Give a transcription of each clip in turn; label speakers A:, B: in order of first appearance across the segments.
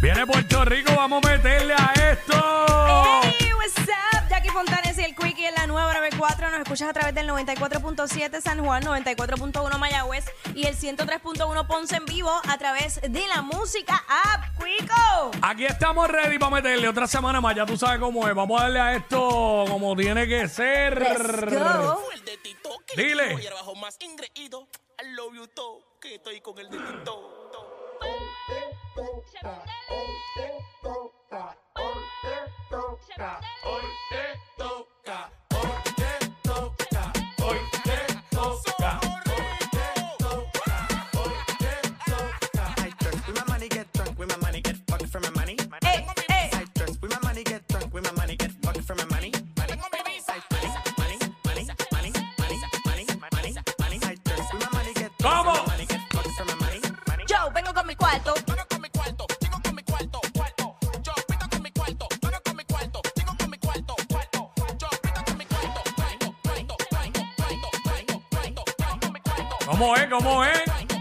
A: de Puerto Rico, vamos a meterle a esto.
B: Hey, what's up? Jackie Fontanes y el Quickie en la nueva 94. Nos escuchas a través del 94.7 San Juan, 94.1 Mayagüez y el 103.1 Ponce en vivo a través de la música app Quico.
A: Aquí estamos ready para meterle otra semana más, ya tú sabes cómo es. Vamos a darle a esto como tiene que ser.
B: Let's go.
C: el de Tito, que
A: Dile.
C: yo te voy a abajo más ingreído. I love you todo, que estoy con el de Tito.
D: I drink with my money, get drunk with my money, get fucked for my money.
B: Eh, eh.
D: I drink with my money, get drunk with my money, get fucked for my money. Money, money, money, money, money, money, money, money, money. I drink with my money, get drunk
A: Vamos.
D: with my money, get fucked for my money. Money.
B: Yo vengo con mi cuarto.
C: Vengo con mi cuarto, vengo con mi cuarto, cuarto. Yo pito con mi cuarto, vengo con mi cuarto, vengo con mi cuarto, cuarto. Yo pito con mi cuarto, cuarto, cuarto, cuarto, cuarto, cuarto, cuarto, cuarto, con mi cuarto,
A: ¿Cómo es? ¿Cómo es?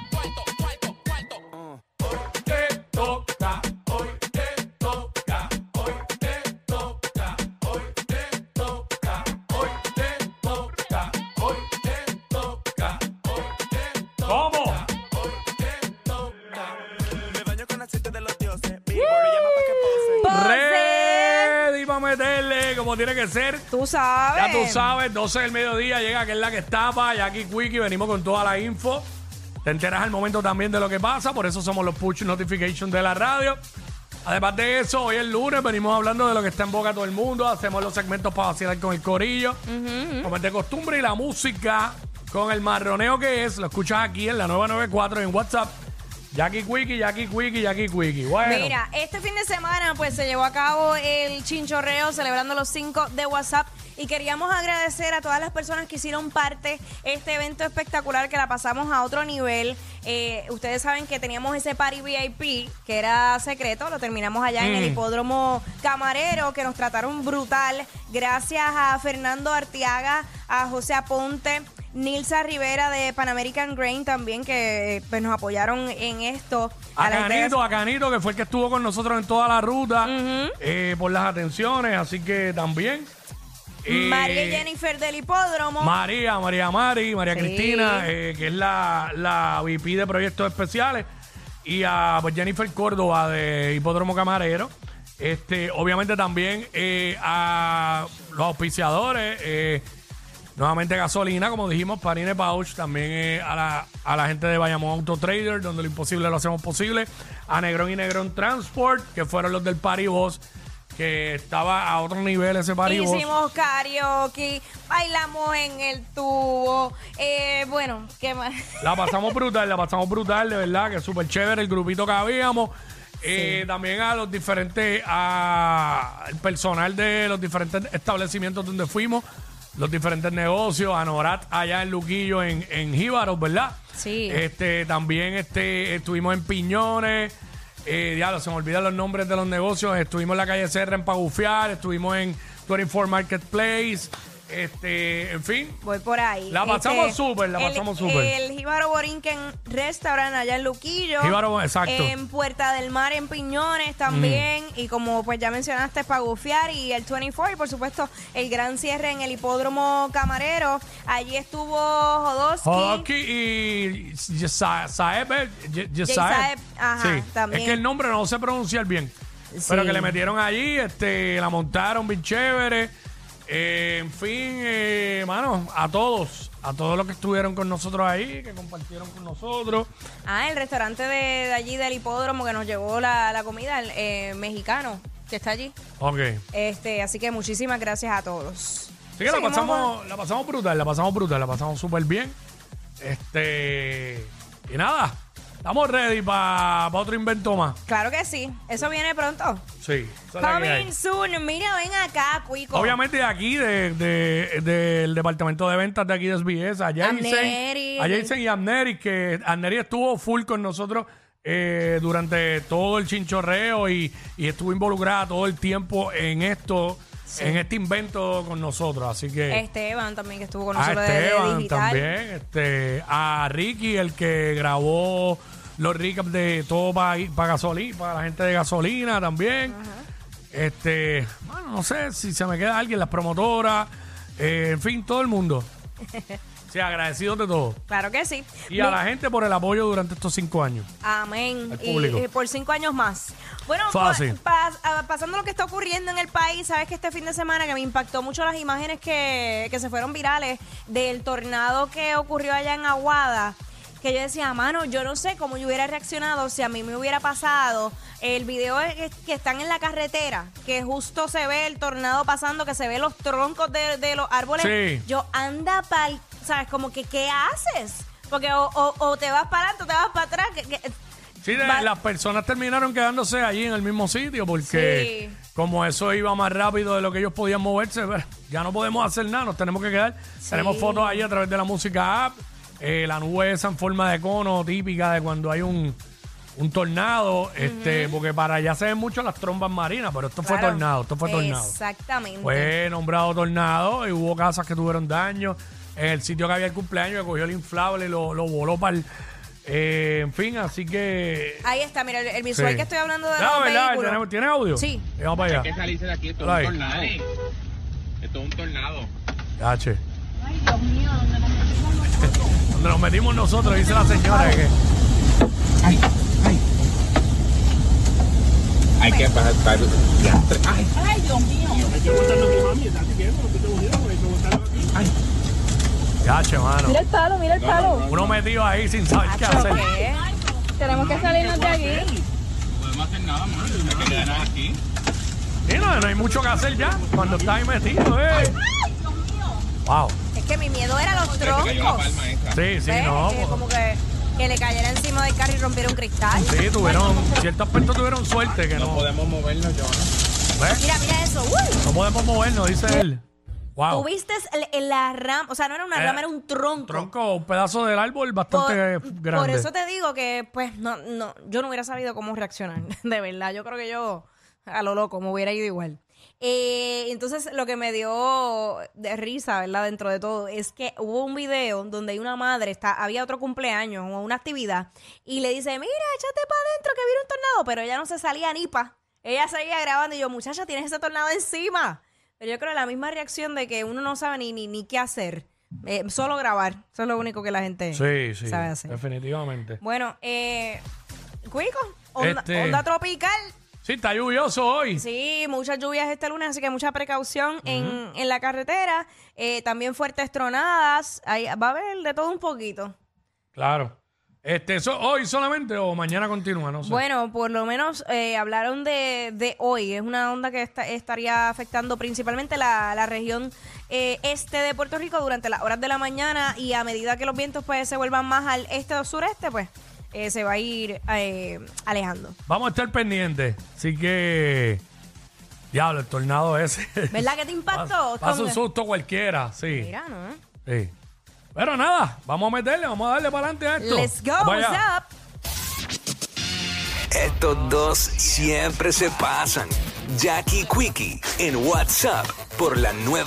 C: cuarto, cuarto, cuarto.
A: Te toca, hoy te toca, hoy te toca, hoy te toca, hoy te toca, hoy te toca, hoy te toca. ¿Cómo?
D: Me baño con aceite de los dioses. Big Boy, llama pa' que pose.
A: Ready para meterle como tiene que ser.
B: Tú sabes.
A: Ya tú sabes, 12 del mediodía llega que es la que estapa, Jackie Quickie, venimos con toda la info. Te enteras al momento también de lo que pasa, por eso somos los push notifications de la radio. Además de eso, hoy es lunes, venimos hablando de lo que está en boca de todo el mundo, hacemos los segmentos para vacilar con el corillo, como es de costumbre, y la música con el marroneo que es, lo escuchas aquí en la 994 en WhatsApp. Jackie Quickie, Jackie Quickie, Jackie Quickie. Bueno,
B: Mira, este fin de semana pues se llevó a cabo el chinchorreo celebrando los 5 de WhatsApp y queríamos agradecer a todas las personas que hicieron parte de este evento espectacular que la pasamos a otro nivel. Eh, ustedes saben que teníamos ese party VIP que era secreto, lo terminamos allá en el hipódromo camarero que nos trataron brutal. Gracias a Fernando Artiaga, a José Aponte. Nilsa Rivera de Pan American Grain también que eh, pues, nos apoyaron en esto.
A: A
B: las ideas-
A: Canito, a Canito, que fue el que estuvo con nosotros en toda la ruta eh, por las atenciones, así que también. Eh,
B: María y Jennifer del hipódromo.
A: María, María Mari, María
B: Sí.
A: Cristina, eh, que es la, la VP de proyectos especiales, y a pues, Jennifer Córdoba de Hipódromo Camarero. Este, obviamente también eh, a los auspiciadores, eh, nuevamente gasolina, como dijimos, Parine Pouch, también eh, a, la, a la gente de Bayamón Auto Trader, donde lo imposible lo hacemos posible, a Negrón y Negrón Transport, que fueron los del Paribos, que estaba a otro nivel ese Paribos.
B: Hicimos karaoke, bailamos en el tubo. Eh, bueno, ¿qué más?
A: La pasamos brutal, la pasamos brutal, de verdad, que súper chévere el grupito que habíamos. Eh, También a los diferentes, a el personal de los diferentes establecimientos donde fuimos, los diferentes negocios, a Norat allá en Luquillo, en, en Jíbaros, ¿verdad?
B: Sí.
A: Este, también este, estuvimos en Piñones, eh, diablo, se me olvidan los nombres de los negocios, estuvimos en la calle Serra en Pagufiar, estuvimos en 24 Marketplace, este, en fin,
B: Voy por ahí. Este,
A: La pasamos súper, la
B: el-
A: pasamos súper.
B: El Jíbaro Borinquen Restaurant allá en Luquillo.
A: Jíbaro, exacto. Mm.
B: En Puerta del Mar, en Piñones también. Y como pues ya mencionaste, para gufiar y el 24 y por supuesto el gran cierre en el hipódromo camarero. Allí estuvo Jodosky.
A: Hockey y Ye- Sa- Saeb, eh, Ye- Ye-
B: Ye-
A: Saeb.
B: Saeb, ajá,
A: Sí.
B: también.
A: Es que el nombre no sé pronunciar bien.
B: Sí.
A: Pero que le metieron allí, este, la montaron bien chévere. Eh, en fin, eh, mano, a todos, a todos los que estuvieron con nosotros ahí, que compartieron con nosotros.
B: Ah, el restaurante de, de allí del hipódromo que nos llevó la, la comida, el eh, mexicano que está allí.
A: Ok.
B: Este, así que muchísimas gracias a todos.
A: Así que la
B: Seguimos con-
A: pasamos, la pasamos brutal, la pasamos brutal, la pasamos súper bien. Este. Y nada, estamos ready para otro invento más.
B: Claro que sí, eso viene pronto.
A: Sí. esa es la que hay.
B: Coming soon. Mira, ven acá, Cuico.
A: Obviamente de aquí, de, de- del departamento de ventas de aquí de SBS, a
B: Amneri.
A: Jason, a Jason y Amneri, que Amneri estuvo full con nosotros eh, durante todo el chinchorreo y, y estuvo involucrada todo el tiempo en esto, en este invento con nosotros. Así que
B: Esteban también que
A: Ah,
B: estuvo con
A: a
B: nosotros de- de
A: Esteban
B: digital.
A: también, este, a Ricky, el que grabó los recaps de todo para para gasolina, para la gente de gasolina también. Este, bueno, no sé si se me queda alguien, las promotoras, eh, en fin, todo el mundo. Sí, agradecidos de todo.
B: Claro que sí.
A: Y a la gente por el apoyo durante estos cinco años.
B: Amén.
A: Al
B: Y,
A: público.
B: eh, por cinco años más. Bueno,
A: Fácil.
B: pa- pas- ah, pasando lo que está ocurriendo en el país, sabes que este fin de semana que me impactó mucho las imágenes que, que se fueron virales del tornado que ocurrió allá en Aguada. Que yo decía, mano, yo no sé cómo yo hubiera reaccionado si a mí me hubiera pasado el video e-, es que están en la carretera, que justo se ve el tornado pasando, que se ve los troncos de, de los árboles.
A: Sí.
B: Yo anda pa'l, ¿sabes? Como que, ¿qué haces? Porque o, o- o te vas para adelante o te vas para atrás. que- que-
A: Sí, de-
B: Va-
A: las personas terminaron quedándose allí en el mismo sitio porque como eso iba más rápido de lo que ellos podían moverse, pero ya no podemos hacer nada, nos tenemos que quedar. Tenemos fotos ahí a través de la música app, eh, la nube esa en forma de cono típica de cuando hay un, un tornado, este, porque para allá se ven mucho las trombas marinas, pero esto fue
B: Claro.
A: tornado, esto fue tornado.
B: Exactamente.
A: Fue nombrado tornado y hubo casas que tuvieron daño. En el sitio que había el cumpleaños, que cogió el inflable, lo, lo voló para el. eh, en fin, así que.
B: Ahí está, mira, el, el visual
A: sí.
B: que estoy hablando de
A: Ah,
B: los
A: ¿verdad?
B: vehículos.
A: ¿Tenemos- ¿Tiene audio?
B: Sí.
A: Vamos para
E: Hay que
A: allá.
E: salirse de aquí, esto es
A: Ay.
E: un tornado. Esto es un tornado.
A: H. Donde nos metimos nosotros, dice la señora. que-
E: Ay, ay. Hay que pasar. Ay,
A: H, mano.
F: Mira el palo, mira el palo.
A: Uno metido ahí sin saber qué
B: Acho,
A: hacer.
B: Ah, ¿qué?
F: Tenemos que salirnos de aquí.
E: no podemos hacer nada más. Hay que quedarnos aquí.
A: Sí, no, no hay mucho que hacer ya cuando está ahí metido, ¿eh? Wow.
B: Es que mi miedo era los
E: Creo que cayó la
B: troncos.
E: palma esta.
A: Sí, sí,
B: ¿Ves?
A: no.
B: Que
A: pues-
B: como que, que le cayera encima del carro y rompiera un cristal.
A: Sí, tuvieron. Ciertos aspectos tuvieron suerte que
E: No
A: no.
E: podemos movernos, yo.
A: ¿Ves?
B: Mira, mira eso. Uy.
A: No podemos movernos, dice él. Wow.
B: Tuviste el- el- la rama, o sea, no era una
A: Eh,
B: rama, era un tronco.
A: Tronco, un pedazo del árbol
B: Por,
A: bastante grande.
B: por eso te digo que, pues, no, no, yo no hubiera sabido cómo reaccionar. De verdad, yo creo que yo, a lo loco, me hubiera ido igual. Eh, entonces, lo que me dio de risa, ¿verdad? Dentro de todo, es que hubo un video donde hay una madre, está, había otro cumpleaños o una actividad, y le dice, mira, échate para adentro que viene un tornado, pero ella no se salía ni pa. Ella seguía grabando y yo, muchacha, tienes ese tornado encima. Pero yo creo la misma reacción de que uno no sabe ni, ni, ni qué hacer. Eh, solo grabar. Eso es lo único que la gente
A: Sí, sí.
B: sabe hacer.
A: Definitivamente.
B: Bueno, eh, Cuico, onda,
A: Este-
B: onda tropical.
A: Sí, está lluvioso hoy.
B: Sí, muchas lluvias este lunes, así que mucha precaución en, en la carretera. Eh, también fuertes tronadas. Ahí va a haber de todo un poquito.
A: Claro. Este, eso, hoy solamente o mañana continúa, no sé.
B: Bueno, por lo menos eh, hablaron de, de hoy. Es una onda que esta- estaría afectando principalmente la, la región eh, este de Puerto Rico durante las horas de la mañana y a medida que los vientos pues se vuelvan más al este o sureste, pues eh, se va a ir eh, alejando.
A: Vamos a estar pendientes. Así que. Diablo, el tornado ese.
B: ¿Verdad que te impactó?
A: Pasa- Pasa un
B: Con-
A: susto cualquiera, sí.
B: Mira, ¿no?
A: sí. Pero nada, vamos a meterle, vamos a darle para adelante a esto.
B: Let's go,
A: Vamos
B: what's
A: allá.
B: up?
G: Estos dos siempre se pasan. Jackie Quickie en WhatsApp por la nueva.